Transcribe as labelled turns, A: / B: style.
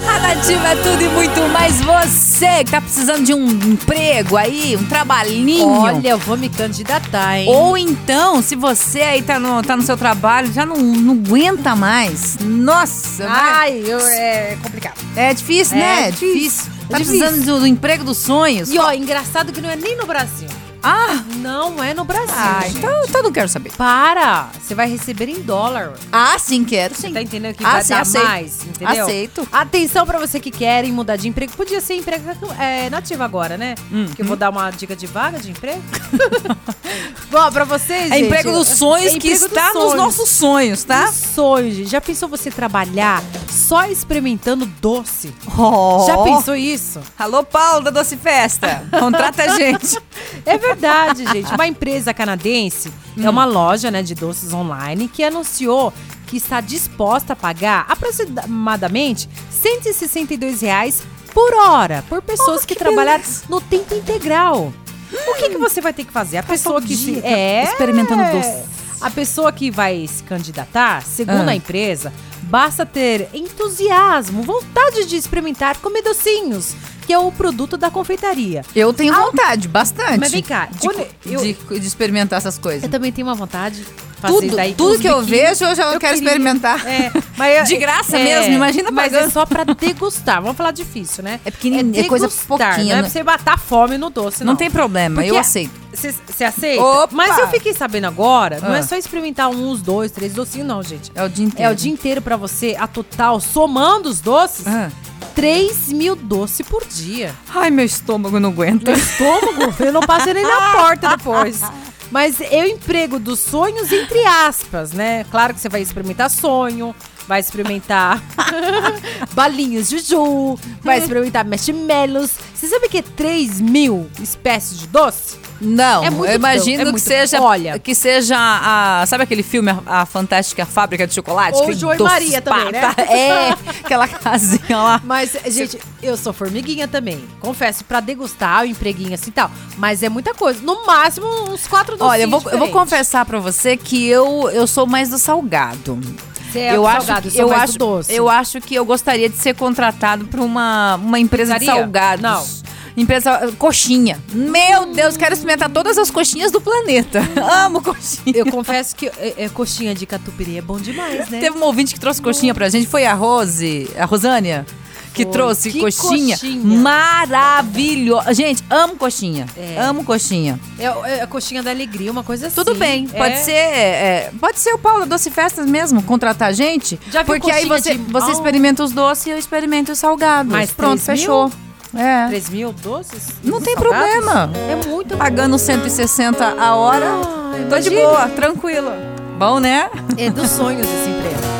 A: Ativa é tudo e muito mais. Você que tá precisando de um emprego aí, um trabalhinho.
B: Olha, eu vou me candidatar, hein? Tá
A: Ou então, se você aí tá no, tá no seu trabalho, já não, não aguenta mais. Nossa, vai-
B: Ai, eu- é complicado.
A: é difícil,
B: É
A: né?
B: difícil.
A: Tá
B: É difícil.
A: precisando do, do emprego dos sonhos?
B: E ó, engraçado que não é nem no Brasil.
A: Ah,
B: Não é no Brasil.
A: ah,
B: gente.
A: então, então não quero saber.
B: Para! Você vai receber em dólar.
A: Ah, sim, quero sim.
B: Tá entendendo que
A: Ah,
B: vai
A: sim,
B: dar
A: aceito.
B: mais, entendeu?
A: Aceito.
B: Atenção pra você que querem mudar de emprego. Podia ser emprego é, nativo agora, né?
A: Hum,
B: Que eu vou dar uma dica de vaga de emprego. Bom, pra vocês,
A: É
B: gente,
A: emprego dos sonhos
B: é
A: que
B: emprego
A: está
B: dos
A: nos
B: sonhos.
A: nossos sonhos, tá?
B: Dos sonhos, gente. Já pensou você trabalhar só experimentando doce? Já pensou isso?
A: Alô, Paulo da Doce Festa. Contrata a gente.
B: É verdade, gente. Uma empresa canadense é uma loja né, de doces online que anunciou que está disposta a pagar aproximadamente R$ 162 reais por hora por pessoas
A: Oh,
B: que,
A: que
B: trabalharam no tempo integral. O que, que você vai ter que fazer? A pessoa
A: um
B: que
A: dia
B: se, É.
A: tra- experimentando doce.
B: A pessoa que vai se candidatar, segundo
A: Ah.
B: a empresa, basta ter entusiasmo, vontade de experimentar comer docinhos, que é o produto da confeitaria.
A: Eu tenho vontade, bastante.
B: Mas vem cá,
A: de,
B: quando eu-
A: de- de experimentar essas
B: Eu
A: coisas.
B: também tenho uma vontade de fazer
A: Tudo,
B: daí
A: tudo
B: uns
A: que eu
B: biquinhos.
A: vejo, eu já quero
B: queria.
A: experimentar.
B: É, mas eu-
A: De graça mesmo, imagina
B: Mas é
A: pagando.
B: só pra degustar. Vamos falar difícil, né?
A: É pequenininho, é coisa
B: degustar,
A: pouquinha,
B: Não é
A: né?
B: pra você matar fome no doce, não.
A: Não tem problema, eu
B: Porque-
A: aceito.
B: Você aceita?
A: Opa!
B: Mas eu fiquei sabendo agora, não é
A: Ah.
B: só experimentar uns, dois, três docinhos, não, gente.
A: É o dia inteiro.
B: É o dia inteiro pra você, a total, somando os doces,
A: Ah.
B: 3 mil doces por dia.
A: Ai, meu estômago não aguenta.
B: estômago, eu não passo nem na porta depois. Mas eu emprego dos sonhos entre aspas, né? Claro que você vai experimentar sonho, vai experimentar balinhas juju, vai experimentar marshmallows. Você sabe que é 3 mil espécies de doce?
A: Não,
B: É muito
A: eu imagino
B: bom, é
A: que
B: muito
A: seja.
B: bom. Olha.
A: Que seja a. Sabe aquele filme, a, a Fantástica Fábrica de Chocolate?
B: Ou
A: Que
B: Jo e
A: doce
B: Maria também, né?
A: pata. É, aquela casinha lá.
B: Mas, gente, eu sou formiguinha também. Confesso, pra degustar o empreguinho assim e tal. Mas é muita coisa. No máximo, uns quatro docinhos
A: Olha, eu vou, eu vou
B: diferentes.
A: confessar pra você que eu, eu sou mais do salgado.
B: Você é
A: eu
B: do
A: acho,
B: salgado,
A: que-
B: sou
A: eu
B: mais do
A: acho,
B: doce.
A: eu acho que eu gostaria de ser contratado pra uma, uma empresa de
B: Pizzaria?
A: salgados.
B: Não. Hum.
A: Empresa coxinha. Meu Deus, quero experimentar todas as coxinhas do planeta. Amo coxinha.
B: Eu confesso que é, é, coxinha de catupiry é bom demais, né?
A: Teve um ouvinte que trouxe coxinha pra gente, foi a Rose, a Rosânia, que
B: Foi.
A: trouxe
B: Que
A: coxinha.
B: coxinha.
A: Maravilhosa. Gente, amo coxinha. Amo coxinha.
B: É, é a coxinha da alegria, uma coisa assim.
A: Tudo bem, pode
B: É.
A: ser, é, pode ser o Paulo Doce Festas mesmo, contratar a gente.
B: Já viu
A: porque aí você,
B: coxinha de-
A: você
B: Oh.
A: experimenta os doces e eu experimento os salgados.
B: Mais
A: pronto,
B: 3 mil?
A: fechou. É.
B: 3 mil doces?
A: Não tem
B: Salgados?
A: problema. Ah,
B: É muito bom.
A: Pagando 160 a hora,
B: Ah,
A: tô de
B: imagina.
A: boa, tranquilo. Bom, né?
B: É dos sonhos esse emprego.